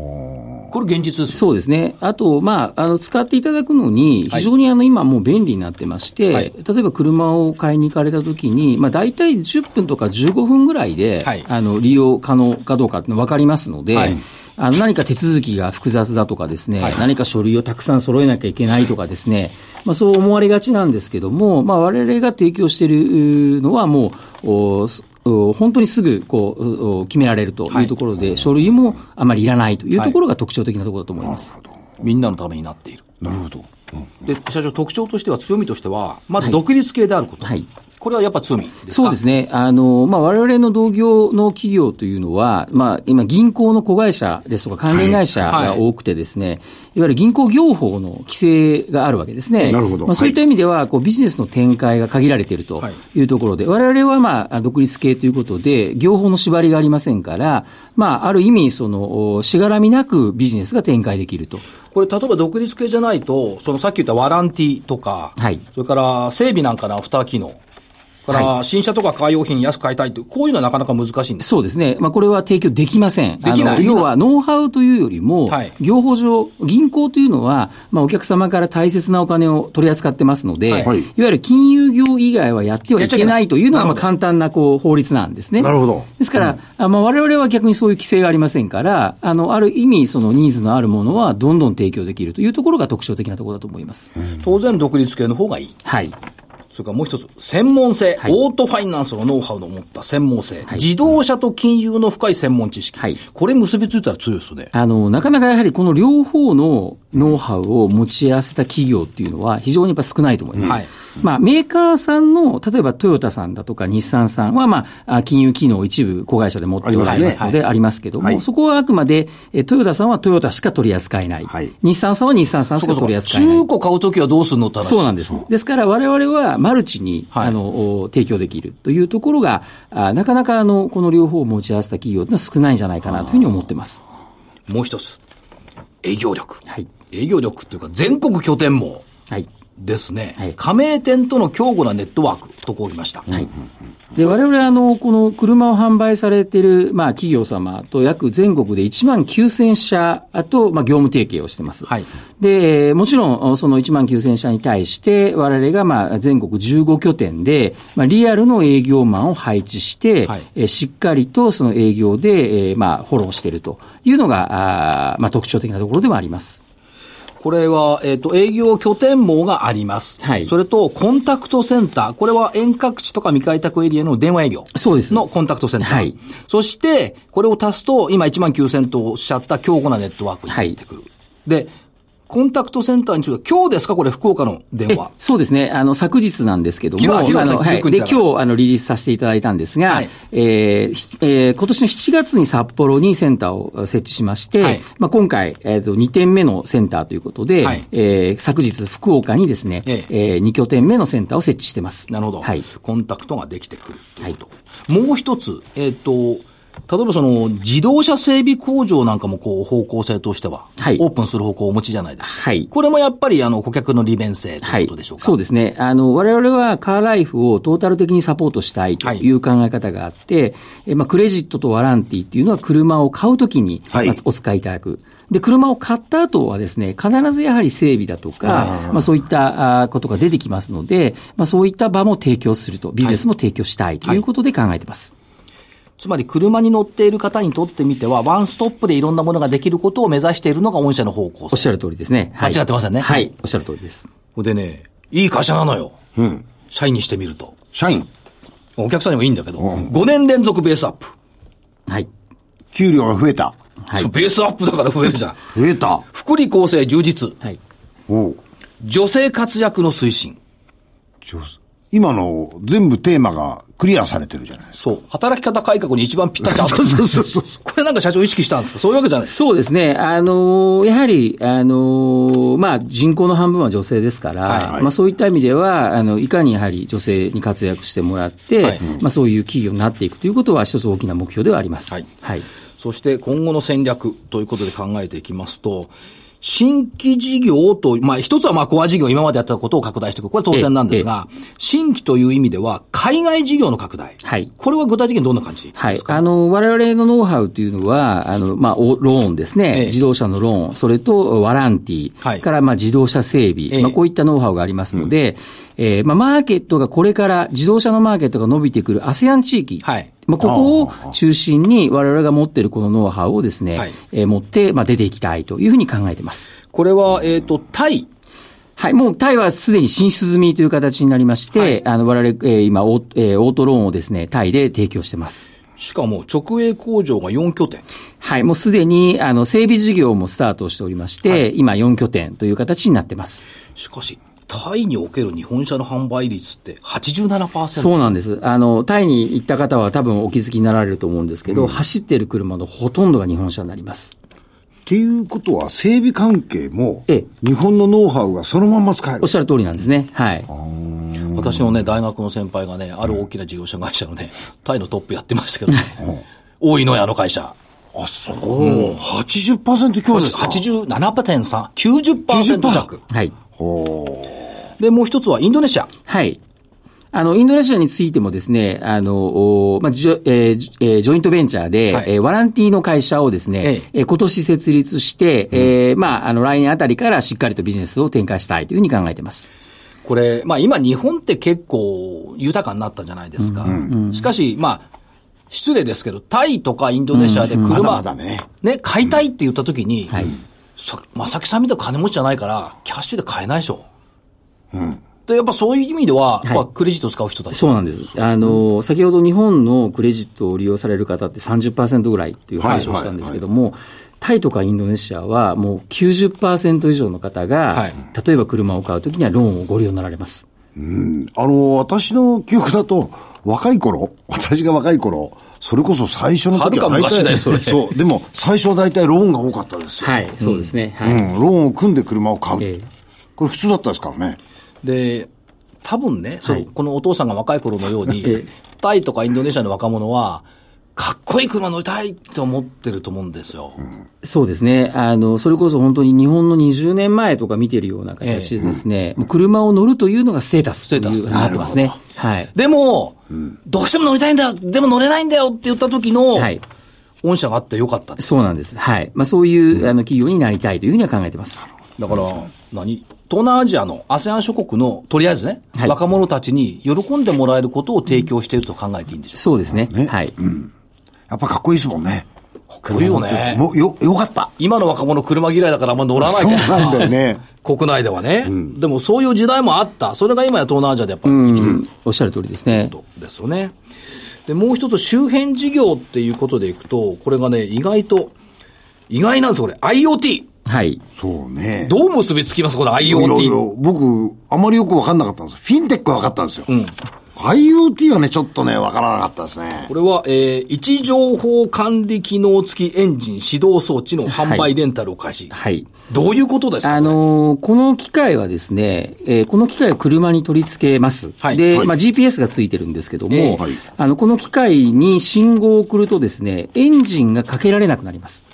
Speaker 1: これ現実ですよ。
Speaker 4: そうですね。あと、まあ、あの、使っていただくのに、非常にあの、今もう便利になってまして、
Speaker 1: はい
Speaker 4: 例えば車を買いに行かれた時に、まあ、大体10分とか15分ぐらいで、
Speaker 1: はい
Speaker 4: あの、利用可能かどうかっての分かりますので、
Speaker 1: はい
Speaker 4: あの何か手続きが複雑だとかですね、何か書類をたくさん揃えなきゃいけないとかですね、まあ、そう思われがちなんですけども、まあ、我々が提供しているのはもう、おすお本当にすぐこうお決められるというところで、書類もあまりいらないというところが特徴的なところだと思います。
Speaker 1: みんなのためになっている。
Speaker 3: なるほど。うん
Speaker 1: で、社長、特徴としては、強みとしては、まず独立系であること。
Speaker 4: はい
Speaker 1: これはやっぱ強みですか
Speaker 4: そうですね。あの、まあ、我々の同業の企業というのは、まあ、今、銀行の子会社ですとか関連会社
Speaker 1: はい
Speaker 4: が多くてですね、いわゆる銀行業法の規制があるわけですね。
Speaker 3: なるほど
Speaker 4: まあ、そういった意味では、こう、ビジネスの展開が限られていると
Speaker 1: はい
Speaker 4: いうところで、我々は、まあ、独立系ということで、業法の縛りがありませんから、まあ、ある意味、その、おしがらみなくビジネスが展開できると。
Speaker 1: これ、例えば独立系じゃないと、そのさっき言ったワランティとか、
Speaker 4: はい
Speaker 1: それから整備なんかのアフター機能、それから新車とかカー用品安く買いたいという、こういうのはなかなか難しいんです。
Speaker 4: そうですね。まあ、これは提供できません。
Speaker 1: できない
Speaker 4: あの要は、ノウハウというよりも、
Speaker 1: はい
Speaker 4: 業法上、銀行というのは、まあ、お客様から大切なお金を取り扱ってますので、、
Speaker 1: はいい
Speaker 3: はい
Speaker 4: わゆる金融業以外はやってはいけ
Speaker 1: やっちゃ
Speaker 4: ない
Speaker 1: けない
Speaker 4: いというのが、
Speaker 1: な
Speaker 4: ま
Speaker 1: るほど
Speaker 4: あ、簡単な、こう、法律なんですね。
Speaker 3: なるほど
Speaker 4: ですから、あまあ、我々は逆にそういう規制がありませんから、あの、ある意味、そのニーズのあるものは、どんどん提供できるというところが特徴的なところだと思います。
Speaker 1: 当然、独立系の方がいい。
Speaker 4: はい。
Speaker 1: それからもう一つ、専門性、
Speaker 4: はい
Speaker 1: オートファイナンスのノウハウの持った専門性、
Speaker 4: はい
Speaker 1: 自動車と金融の深い専門知識、
Speaker 4: はい
Speaker 1: これ結びついたら強いですよね。
Speaker 4: あの、なかなかやはりこの両方のノウハウを持ち合わせた企業っていうのは非常にやっぱ少ないと思います。
Speaker 1: はい
Speaker 4: まあ、メーカーさんの、例えばトヨタさんだとか日産さんは、まああ、金融機能を一部子会社で持っておら
Speaker 3: あ
Speaker 4: れ
Speaker 3: り
Speaker 4: ま
Speaker 3: ますすね
Speaker 4: ので、ありますけども、
Speaker 3: はい
Speaker 4: そこはあくまで、えトヨタさんはトヨタしか取り扱えない。
Speaker 3: はい
Speaker 4: 日産さんは日産さんしか取り扱えない。
Speaker 1: 中古買うときはどうするのって話
Speaker 4: そうなんです。ですから、我々はマルチに、
Speaker 1: はい
Speaker 4: あの、お提供できるというところが、あなかなか、あの、この両方を持ち合わせた企業ってのは少ないんじゃないかなというふうに思ってます。
Speaker 1: もう一つ、営業力。
Speaker 4: はい。
Speaker 1: 営業力っていうか、全国拠点も、
Speaker 4: はい。
Speaker 1: ですね、
Speaker 4: はい
Speaker 1: 加盟店との強固なネットワークとこう言いました。
Speaker 4: はい。で、我々あの、この車を販売されている、まあ、企業様と約全国で1万9000社と、まあ、業務提携をしてます。
Speaker 1: はい
Speaker 4: で、もちろん、その1万9000社に対して、我々が、まあ、全国15拠点で、まあ、リアルの営業マンを配置して、
Speaker 1: はい
Speaker 4: えーしっかりとその営業で、えーまあ、フォローしているというのが、あーまあ、特徴的なところでもあります。
Speaker 1: これは、えっ、と、営業拠点網があります。
Speaker 4: はい
Speaker 1: それと、コンタクトセンター。これは遠隔地とか未開拓エリアの電話営業。
Speaker 4: そうです
Speaker 1: のコンタクトセンター。
Speaker 4: はい
Speaker 1: そして、これを足すと、今1万9000とおっしゃった強固なネットワークになってくる。で、コンタクトセンターについては、今日ですかこれ福岡の電話
Speaker 4: え。そうですね。あの、昨日なんですけども、
Speaker 1: 昨日昨日
Speaker 4: あの、はい、
Speaker 1: 19
Speaker 4: で、
Speaker 1: 日
Speaker 4: 今日、あの、リリースさせていただいたんですが、
Speaker 1: はい
Speaker 4: えーひえー今年の7月に札幌にセンターを設置しまして、
Speaker 1: はい
Speaker 4: まあ、今回、えっ、と、2点目のセンターということで、
Speaker 1: はい
Speaker 4: えー昨日、福岡にですね、え
Speaker 1: え
Speaker 4: ー2拠点目のセンターを設置してます。
Speaker 1: なるほど。
Speaker 4: はい。
Speaker 1: コンタクトができてくるということ。もう一つ、えっ、と、例えばその自動車整備工場なんかもこう方向性としては、
Speaker 4: はい
Speaker 1: オープンする方向をお持ちじゃないですか。
Speaker 4: はい
Speaker 1: これもやっぱりあの顧客の利便性ということでしょうか。
Speaker 4: そうですね。あの、我々はカーライフをトータル的にサポートしたいという考え方があって、えまあ、クレジットとワランティっていうのは車を買うときに、
Speaker 3: はい
Speaker 4: まあお使いいただく。で、車を買った後はですね、必ずやはり整備だとか、まあそういったあーことが出てきますので、まあそういった場も提供すると、ビジネスも提供したいということで考えてます。
Speaker 1: つまり車に乗っている方にとってみては、ワンストップでいろんなものができることを目指しているのが御社の方向
Speaker 4: おっし
Speaker 1: 性。
Speaker 4: ゃる通りですね。はい
Speaker 1: 間違ってませんね
Speaker 4: はい。おっしゃる通りです。
Speaker 1: ほんでね、いい会社なのよ。社員にしてみると。
Speaker 3: 社員、
Speaker 1: お客さんにもいいんだけど、5年連続ベースアップ。
Speaker 4: はい。
Speaker 3: 給料が増えた。
Speaker 4: はい
Speaker 1: そう。ベースアップだから増えるじゃん。
Speaker 3: 増えた。
Speaker 1: 福利厚生充実。
Speaker 4: はい。
Speaker 3: おう
Speaker 1: 女性活躍の推進。
Speaker 3: 上手今の全部テーマがクリアされてるじゃないです
Speaker 1: そう。働き方改革に一番ぴったり合
Speaker 3: か。
Speaker 1: う
Speaker 3: うそうそうそう。
Speaker 1: これなんか社長意識したんですかそういうわけじゃないです。
Speaker 4: そうですね。あのーやはり、あのーまあ、人口の半分は女性ですから、
Speaker 3: はい
Speaker 4: まあ、そういった意味では、あの、いかにやはり女性に活躍してもらって、
Speaker 1: はい
Speaker 4: まあ、そういう企業になっていくということは、一つ大きな目標ではあります。
Speaker 1: はい
Speaker 4: はい。
Speaker 1: そして今後の戦略ということで考えていきますと、新規事業と、まあ一つはまあコア事業、今までやったことを拡大していく。これは当然なんですが、新規という意味では、海外事業の拡大。
Speaker 4: はい
Speaker 1: これは具体的にどんな感じですか、
Speaker 4: はい。あの、我々のノウハウというのは、あの、まあ、おローンですね、
Speaker 1: ええ
Speaker 4: 自動車のローン、それと、ワランティ
Speaker 1: はい
Speaker 4: から、まあ、自動車整備、
Speaker 1: ええ
Speaker 4: まあ、こういったノウハウがありますので、えーまあ、マーケットがこれから、自動車のマーケットが伸びてくる ASEAN 地域、
Speaker 1: はい
Speaker 4: まあ、ここを中心に、我々が持っているこのノウハウをですね、
Speaker 1: はい
Speaker 4: えー持って、まあ、出ていきたいというふうに考えています。
Speaker 1: これは、えっ、と、タイ。
Speaker 4: はい、もうタイはすでに進出済みという形になりまして、あの、我々、えー今オー、えーオートローンをですね、タイで提供してます。
Speaker 1: しかも直営工場が4拠点。
Speaker 4: はい、もうすでに、あの、整備事業もスタートしておりまして、今4拠点という形になってます。
Speaker 1: しかし、タイにおける日本車の販売率って87%。
Speaker 4: そうなんです。あの、タイに行った方は多分お気づきになられると思うんですけど、走ってる車のほとんどが日本車になります。
Speaker 3: っていうことは、整備関係も
Speaker 4: ええ、
Speaker 3: 日本のノウハウがそのまんま使える
Speaker 4: おっ。しゃる通りなんですね。はい。
Speaker 1: 私のね、大学の先輩がね、ある大きな事業者会社のね、タイのトップやってましたけどね。多いのよ、あの会社。
Speaker 3: あ、そう。80%強ですか。
Speaker 1: 87.3、90%弱。
Speaker 4: はい。
Speaker 1: で、もう一つはインドネシア。
Speaker 4: はい。あの、インドネシアについてもですね、あの、おまあ、ジョ、えージョえージョイントベンチャーで、
Speaker 1: はい
Speaker 4: えーワランティの会社をですね、
Speaker 1: ええ
Speaker 4: えー今年設立して、えーまあ、あの、来年あたりからしっかりとビジネスを展開したいというふうに考えてます。
Speaker 1: これ、まあ今日本って結構豊かになったじゃないですか。しかし、まあ、失礼ですけど、タイとかインドネシアで
Speaker 3: まだ
Speaker 1: 車、
Speaker 3: まだね
Speaker 1: ね、買いたいって言った時に、さ、まさきさんみたいな金持ちじゃないから、キャッシュで買えないでしょ。で、やっぱそういう意味では、
Speaker 4: い
Speaker 1: やっぱクレジットを使う人たち。
Speaker 4: そうなんです。あの、先ほど日本のクレジットを利用される方って30%ぐらいっていう話をしたんですけども、タイとかインドネシアはもう90%以上の方が、
Speaker 1: はい
Speaker 4: 例えば車を買うときにはローンをご利用になられます。
Speaker 3: あの、私の記憶だと、若い頃、私が若い頃、それこそ最初の時は
Speaker 1: はるか昔だよそれ
Speaker 3: そう。でも、最初は大体ローンが多かったですよ。
Speaker 4: はい、そうですね。
Speaker 3: う
Speaker 4: はい。
Speaker 3: ん、ローンを組んで車を買う。
Speaker 4: ええ
Speaker 3: これ普通だったですからね。
Speaker 1: で、多分ね、そのこのお父さんが若い頃のように、タイとかインドネシアの若者は、かっこいい車乗りたいって思ってると思うんですよ。
Speaker 4: そうですね。あの、それこそ本当に日本の20年前とか見てるような形でですね、もう車を乗るというのがステータスとい
Speaker 1: ス
Speaker 4: う
Speaker 1: テータス
Speaker 4: になってますね。はい。
Speaker 1: でも、どうしても乗りたいんだよ、でも乗れないんだよって言った時の、
Speaker 4: はい。
Speaker 1: 御社があってよかったです。
Speaker 4: そうなんです。はい。まあそういう、あの企業になりたいというふうには考えてます。
Speaker 1: だから、何東南アジアの ASEAN 諸国の、とりあえずね、
Speaker 4: はい
Speaker 1: 若者たちに喜んでもらえることを提供していると考えていいんでしょ
Speaker 4: そうですね。はい。
Speaker 3: やっぱかっこいいですもんね。
Speaker 1: うか。これよね。
Speaker 3: もう、よ、よかった。
Speaker 1: 今の若者車嫌いだからあんま乗らない
Speaker 3: そう
Speaker 1: けど
Speaker 3: なんだよ ね。
Speaker 1: 国内ではね、でもそういう時代もあった。それが今や東南アジアでやっぱり生きてる
Speaker 4: うんおっしゃる通りですね。
Speaker 1: ことですよね。で、もう一つ周辺事業っていうことでいくと、これがね、意外と、意外なんですよ、これ。IoT。
Speaker 4: はい。
Speaker 3: そうね。
Speaker 1: どう結びつきますこの
Speaker 3: いや
Speaker 1: IoT
Speaker 3: いや僕、あまりよく分かんなかったんです。フィンテックは分かったんですよ。IoT はね、ちょっとね、分からなかったですね
Speaker 1: こ。れは、えー位置情報管理機能付きエンジン始動装置の販
Speaker 4: は
Speaker 1: 売
Speaker 4: い
Speaker 1: レンタルを開始。
Speaker 4: はい。
Speaker 1: どういうことですか
Speaker 4: あのーこの機械はですね、えーこの機械を車に取り付けます。
Speaker 1: はい
Speaker 4: で、
Speaker 1: はい
Speaker 4: まあ、GPS がついてるんですけども、
Speaker 1: ええ
Speaker 3: はい
Speaker 4: あの、この機械に信号を送るとですね、エンジンがかけられなくなります。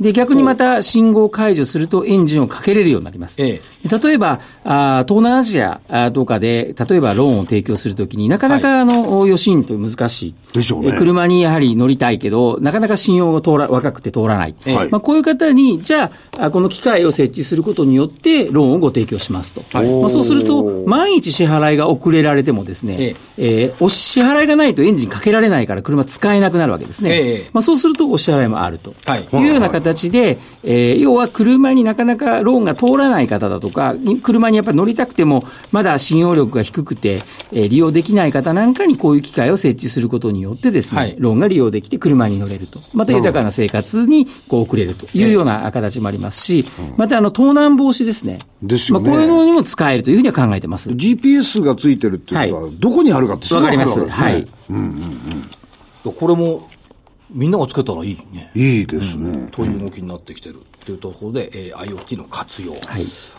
Speaker 4: で、逆にまた信号を解除するとエンジンをかけれるようになります。
Speaker 1: え
Speaker 4: 例えば、あー東南アジアあーとかで、例えばローンを提供するときになかなかあの、予信と難しい。
Speaker 3: でしょうね
Speaker 4: え車にやはり乗りたいけど、なかなか信用が通ら若くて通らない。
Speaker 1: え
Speaker 3: はい
Speaker 4: まあ、こういう方に、じゃああ、この機械を設置することによって、ローンをご提供しますと。まあ、そうすると、万一支払いが遅れられてもですね、えーお支払いがないとエンジンかけられないから車使えなくなるわけですね。
Speaker 1: ええ
Speaker 4: まあ、そうすると、お支払いもあると。
Speaker 1: はい
Speaker 4: いうような形で、えー要は車になかなかローンが通らない方だとか、い車にやっぱり乗りたくても、まだ信用力が低くて、えー利用できない方なんかにこういう機会を設置することによってですね、
Speaker 1: はい
Speaker 4: ローンが利用できて車に乗れると。また豊かな生活にこう送れるというような形もありますし、またあの、盗難防止ですね。
Speaker 3: ですよね
Speaker 4: まあ、こういうのにも使えるというふうには考えてます。
Speaker 3: GPS がついてるっていうの
Speaker 4: は
Speaker 3: は、どこにあるかってすぐ
Speaker 4: わかります。
Speaker 3: わるわ
Speaker 4: は
Speaker 3: け
Speaker 4: い
Speaker 3: ですね。
Speaker 1: これも、みんながつけたらいいね。
Speaker 3: いいですね。
Speaker 1: という動きになってきてるというところで、えー IoT の活用、
Speaker 4: い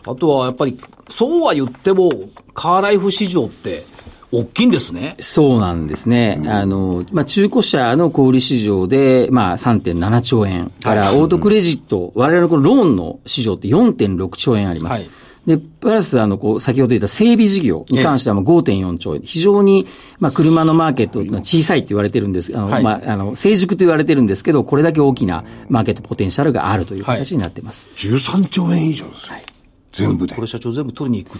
Speaker 1: あとはやっぱり、そうは言っても、カーライフ市場って、大きいんですね。
Speaker 4: そうなんですね。あの、まあ、中古車の小売市場で、まあ、3.7兆円から、オートクレジット、我々のこのローンの市場って4.6兆円あります。
Speaker 1: はい
Speaker 4: で、プラス、あの、こう、先ほど言った整備事業に関してはもう5.4兆円。非常に、まあ、車のマーケットが小さいって言われてるんです。あの、
Speaker 1: はい
Speaker 4: まあ、あの、成熟と言われてるんですけど、これだけ大きなマーケットポテンシャルがあるという形になって ます。
Speaker 3: 13兆円以上ですよ。全部で
Speaker 1: こ。れ社長全部取りに行く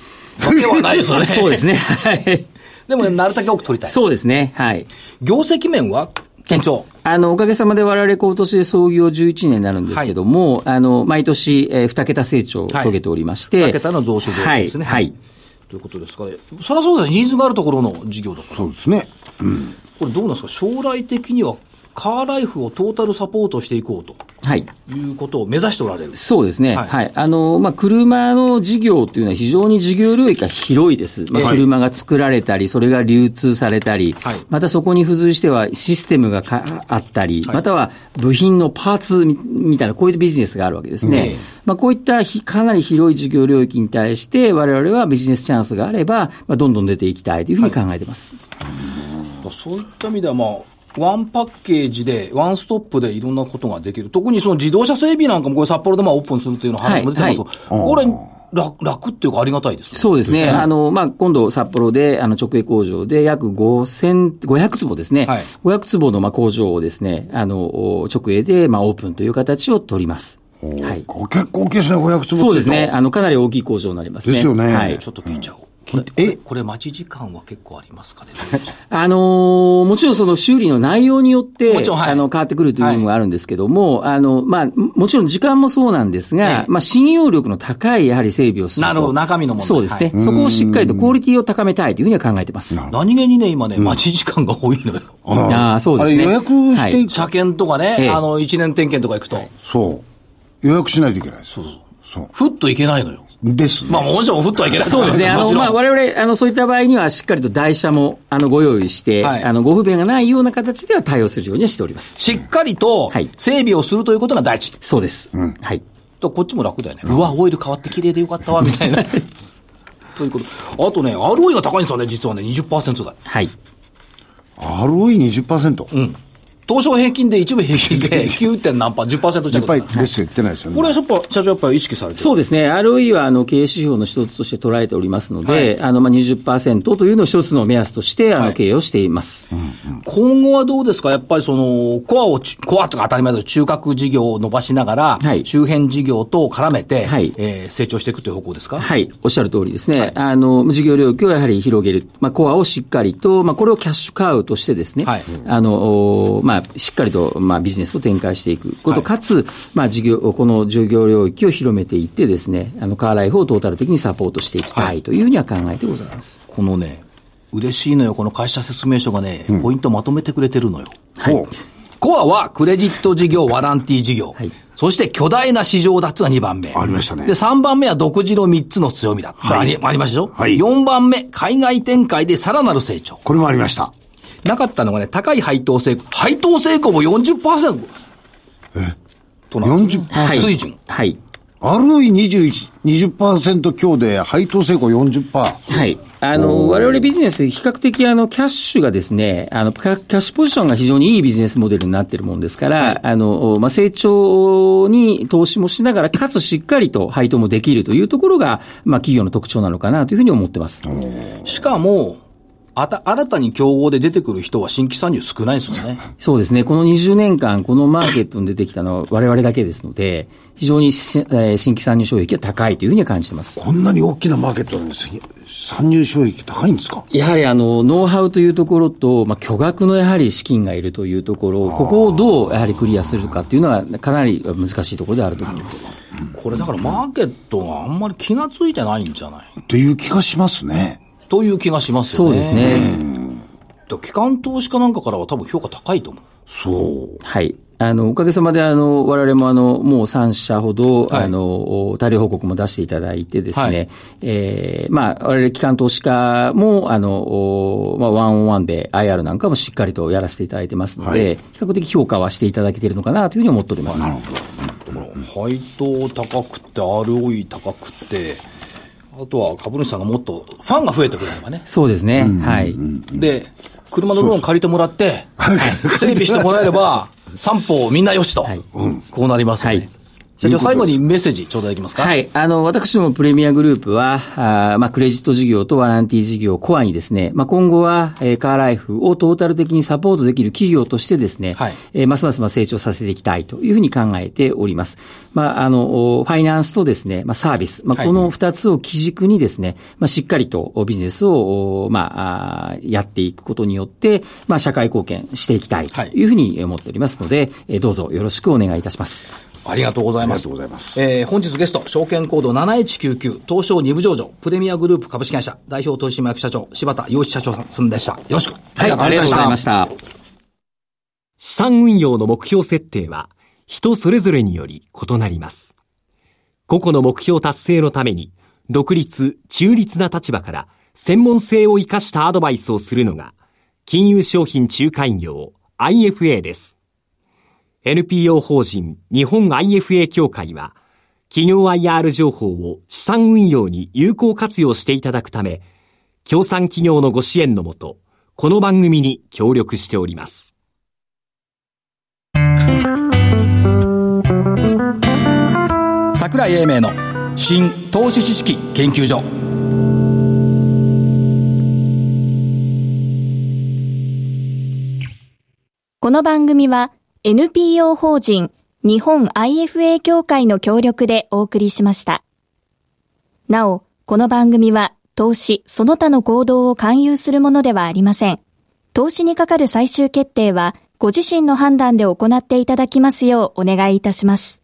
Speaker 1: わけはないです よね。
Speaker 4: そうですね。はい。
Speaker 1: でも、なるだけ多く取りたい。
Speaker 4: そうですね。はい。
Speaker 1: 業績面は堅調。
Speaker 4: あの、おかげさまで我々今年で創業11年になるんですけども、あの、毎年、えー二桁成長を
Speaker 1: はい
Speaker 4: 遂げておりまして。
Speaker 1: 二桁の増収増益ですね
Speaker 4: はい。はい
Speaker 1: ということですから、そりゃそうですね。ニーズがあるところの事業だから。
Speaker 3: そうですね。
Speaker 1: これどうなんですか将来的には、カーライフをトータルサポートしていこうと
Speaker 4: はい
Speaker 1: いうことを目指しておられる。
Speaker 4: そうですね。
Speaker 1: はい
Speaker 4: はい。あの、まあ、車の事業というのは非常に事業領域が広いです。まあ、
Speaker 1: はい
Speaker 4: 車が作られたり、それが流通されたり
Speaker 1: はい、
Speaker 4: またそこに付随してはシステムがかあったり、
Speaker 1: い
Speaker 4: または部品のパーツみみたいな、こういうビジネスがあるわけです
Speaker 1: ええ
Speaker 4: ね。まあ、こういったひかなり広い事業領域に対して、我々はビジネスチャンスがあれば、まあ、どんどん出ていきたいというふうに考えてます。
Speaker 1: そういった意味では、まあ、ワンパッケージで、ワンストップでいろんなことができる。特にその自動車整備なんかも、これ札幌でまあオープンするというような話も出てますけど、これ楽、楽っていうかありがたいですね。
Speaker 4: そうですね。あの、まあ、今度札幌で、あの、直営工場で約5000、500坪ですね。
Speaker 1: はい
Speaker 4: 500坪の、まあ、工場をですね、あの、お直営で、まあ、オープンという形を取ります。はい。
Speaker 3: これ結構大きいですね、500坪
Speaker 4: そうです
Speaker 3: ってい
Speaker 4: ね。
Speaker 3: と。
Speaker 4: あの、かなり大きい工場になりますね。
Speaker 3: ですよね
Speaker 4: はい
Speaker 1: ち。ょっと聞いちゃおう。
Speaker 3: ん
Speaker 1: これ
Speaker 3: え
Speaker 1: これ待ち時間は結構ありますかね。
Speaker 4: あのーもちろんその修理の内容によって、
Speaker 1: もちろんはい
Speaker 4: あの、変わってくるという部分はあるんですけども、あの、まあ、もちろん時間もそうなんですが、
Speaker 1: ええ
Speaker 4: まあ、信用力の高い、やはり整備をすると。
Speaker 1: なるほど中身の問題
Speaker 4: そうですね。そこをしっかりとクオリティを高めたいというふうには考えてます。
Speaker 1: 何気にね、今ね、待ち時間が多いのよ。
Speaker 4: ああ、そうですね。
Speaker 3: あれ予約していく。
Speaker 1: 車検とかね、
Speaker 4: ええ
Speaker 1: あの、一年点検とか行くと、
Speaker 3: そう。予約しないといけないです。そうそう。
Speaker 1: ふっと行けないのよ。
Speaker 3: ですね。
Speaker 1: まあ、もちろんふっとはいけない
Speaker 4: そうですね。あ
Speaker 1: も
Speaker 4: の、
Speaker 1: ちろん
Speaker 4: まあ、我々、あの、そういった場合には、しっかりと台車も、あの、ご用意して、
Speaker 1: はい
Speaker 4: あの、ご不便がないような形では対応するようにはしております。
Speaker 1: しっかりと
Speaker 4: はい、
Speaker 1: 整備をするということが大事。
Speaker 4: そうです。はい。
Speaker 1: とこっちも楽だよね。うわ、オイル変わって綺麗でよかったわ、み たいな。ということ。あとね、ROE が高いんですよね、実はね、20%台。
Speaker 4: はい。
Speaker 3: ROE20%。うん。
Speaker 1: 東証平均で一部平 均で 9. 点何パー、10%
Speaker 3: やっぱ
Speaker 1: 弱
Speaker 3: り。ですよ、言ってないですよね。
Speaker 1: これはやっぱ、社長やっぱり意識されてる。
Speaker 4: そうですね。ROE は、あの、経営指標の一つとして捉えておりますので、あの、まあ、20%というのを一つの目安として、あ
Speaker 1: は
Speaker 4: の、
Speaker 1: い
Speaker 4: 経営をしています。
Speaker 1: 今後はどうですかやっぱりその、コアをち、コアとか当たり前です中核事業を伸ばしながら、
Speaker 4: はい
Speaker 1: 周辺事業と絡めて、
Speaker 4: はい
Speaker 1: えー成長していくという方向ですか
Speaker 4: はい、おっしゃる通りですね。あの、事業領域をやはり広げる。まあ、コアをしっかりと、まあ、これをキャッシュカウとしてですね、
Speaker 1: はい
Speaker 4: あの、おまあ、しっかりと、まあ、ビジネスを展開していくこ
Speaker 1: は
Speaker 4: と、
Speaker 1: い
Speaker 4: かつ、まあ、事業、この事業領域を広めていってですね、あの、カーライフをトータル的にサポートしていきたいというふうには考えてございます。
Speaker 1: このね、嬉しいのよ、この会社説明書がね、ポイントまとめてくれてるのよ。
Speaker 3: はい。
Speaker 1: コアはクレジット事業、ワランティ事業。
Speaker 4: はい
Speaker 1: そして巨大な市場だっていうのが2番目。
Speaker 3: ありましたね
Speaker 1: で、3番目は独自の3つの強みだ。
Speaker 3: はい
Speaker 1: ありありましたでしょ
Speaker 3: はい
Speaker 1: 4番目、海外展開でさらなる成長。
Speaker 3: これもありました。
Speaker 1: なかったのがね、高い配当成功。配当成功も40%。えとなんですね
Speaker 3: 40%
Speaker 1: 水準。
Speaker 4: はい。
Speaker 3: ROE21、20%強で配当成功40%。
Speaker 4: はい。あの、我々ビジネス、比較的あの、キャッシュがですね、あの、キャキャッシュポジションが非常にいいビジネスモデルになってるもんですから、あの、まあ、成長に投資もしながら、かつしっかりと配当もできるというところが、まあ、企業の特徴なのかなというふうに思ってます。
Speaker 1: しかも、あた、新たに競合で出てくる人は新規参入少ないですよね。
Speaker 4: そうですね。この20年間、このマーケットに出てきたのは我々だけですので、非常にし、えー新規参入障壁が高いというふうには感じてます。
Speaker 3: こんなに大きなマーケットなんですよ参入障壁高いんですか
Speaker 4: やはりあの、ノウハウというところと、まあ、巨額のやはり資金がいるというところ、ここをどうやはりクリアするかというのは、かなり難しいところであると思います。
Speaker 1: これだからマーケットがあんまり気がついてないんじゃない
Speaker 3: っていう気がしますね。
Speaker 1: という気がします
Speaker 4: そ
Speaker 1: よ
Speaker 4: う
Speaker 1: ね。
Speaker 4: です。ね。
Speaker 1: 機関投資家なんかからは多分評価高いと思う。
Speaker 3: そう。
Speaker 4: はい。あの、おかげさまで、あの、我々もあの、もう3社ほど、あの、大量報告も出していただいてですね、
Speaker 1: はい
Speaker 4: えーまあ、我々機関投資家も、あの、おまあ、ワンオンワンで IR なんかもしっかりとやらせていただいてますので、
Speaker 3: はい
Speaker 4: 比較的評価はしていただけているのかなというふうに思っております。
Speaker 1: だから配当高くって、ROE 高くって、あとは株主さんがもっとファンが増えてくれればね。
Speaker 4: そうですね。はい。
Speaker 1: で、車のローン借りてもらって、整備してもらえれ ば、三歩みんなよしと、
Speaker 4: はい
Speaker 1: こうなりますよね。
Speaker 4: はい
Speaker 1: 社長、最後にメッセージ頂戴できますか
Speaker 4: はい。あの、私どもプレミアグループは、あーまあ、クレジット事業とワランティ事業をコアにですね、まあ、今後は、えーカーライフをトータル的にサポートできる企業としてですね、
Speaker 1: はい
Speaker 4: えーますますまあ成長させていきたいというふうに考えております。まあ、あの、おファイナンスとですね、まあ、サービス、まあ、
Speaker 1: はい
Speaker 4: この二つを基軸にですね、まあ、しっかりとおビジネスを、おまあ、あーやっていくことによって、まあ、社会貢献していきたいというふうに思っておりますので、えーどうぞよろしくお願いいたします。
Speaker 1: ありがとうございます。
Speaker 3: ありがとうございます
Speaker 1: えー本日ゲスト、証券コード7199、東証二部上場、プレミアグループ株式会社、代表取締役社長、柴田洋一社長さんでした。よろしく。
Speaker 4: はい、ありがとうございました。
Speaker 5: 資産運用の目標設定は人それぞれにより異なります。個々の目標達成のために独立、中立な立場から専門性を生かしたアドバイスをするのが金融商品仲介業 IFA です。NPO 法人日本 IFA 協会は企業 IR 情報を資産運用に有効活用していただくため、協賛企業のご支援のもと、この番組に協力しております。
Speaker 1: 桜井英明の新投資知識研究所
Speaker 2: この番組は NPO 法人日本 IFA 協会の協力でお送りしました。なお、この番組は投資その他の行動を勧誘するものではありません。投資にかかる最終決定はご自身の判断で行っていただきますようお願いいたします。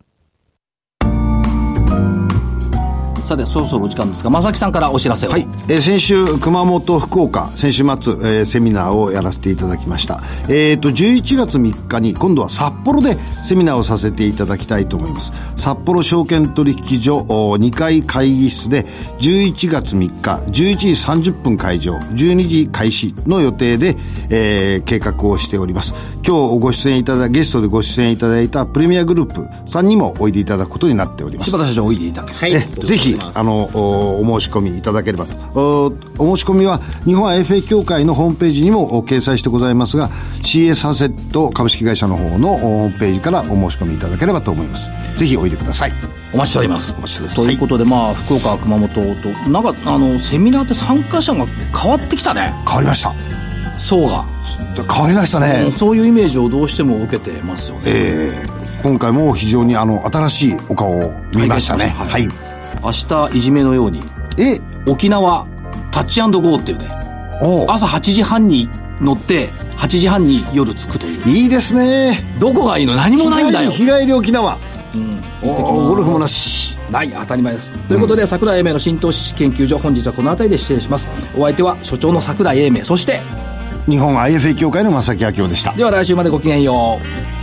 Speaker 1: さてそろそろお時間ですが正木さんからお知らせを、
Speaker 3: はい、えー先週熊本福岡先週末、えーセミナーをやらせていただきましたえっ、と11月3日に今度は札幌でセミナーをさせていただきたいと思います札幌証券取引所お2階会議室で11月3日11時30分会場12時開始の予定で、えー計画をしております今日ご出演いただゲストでご出演いただいたプレミアグループさんにもおいでいただくことになっております
Speaker 1: 柴田社長おいでいただけ
Speaker 4: はい
Speaker 3: えぜひあのおお申し込みいただければとおお申し込みは日本 IFA 協会のホームページにもお掲載してございますが CS アセット株式会社の方のおホームページからお申し込みいただければと思いますぜひおいでください
Speaker 1: お待ちしております
Speaker 3: お待ちしております
Speaker 1: ということで、まあ福岡熊本となんかあのセミナーって参加者が変わってきたね
Speaker 3: 変わりました
Speaker 1: 層が、
Speaker 3: 変わりましたね
Speaker 1: うんそういうイメージをどうしても受けてますよね、
Speaker 3: えー今回も非常にあの新しいお顔を見ましたねは
Speaker 1: はい
Speaker 3: い、
Speaker 1: 明日いじめのように
Speaker 3: え
Speaker 1: 沖縄タッチゴーっていうね
Speaker 3: お
Speaker 1: 朝8時半に乗って8時半に夜着くという
Speaker 3: いいですね
Speaker 1: どこがいいの何もないんだよ
Speaker 3: 日帰り日帰り沖縄、おゴルフもなし
Speaker 1: ない当たり前ですということで、桜井英明の新投資研究所本日はこの辺りで失礼しますお相手は所長の桜井英明そして
Speaker 3: 日本 IFA 協会の正木明夫でした
Speaker 1: では来週までごきげんよう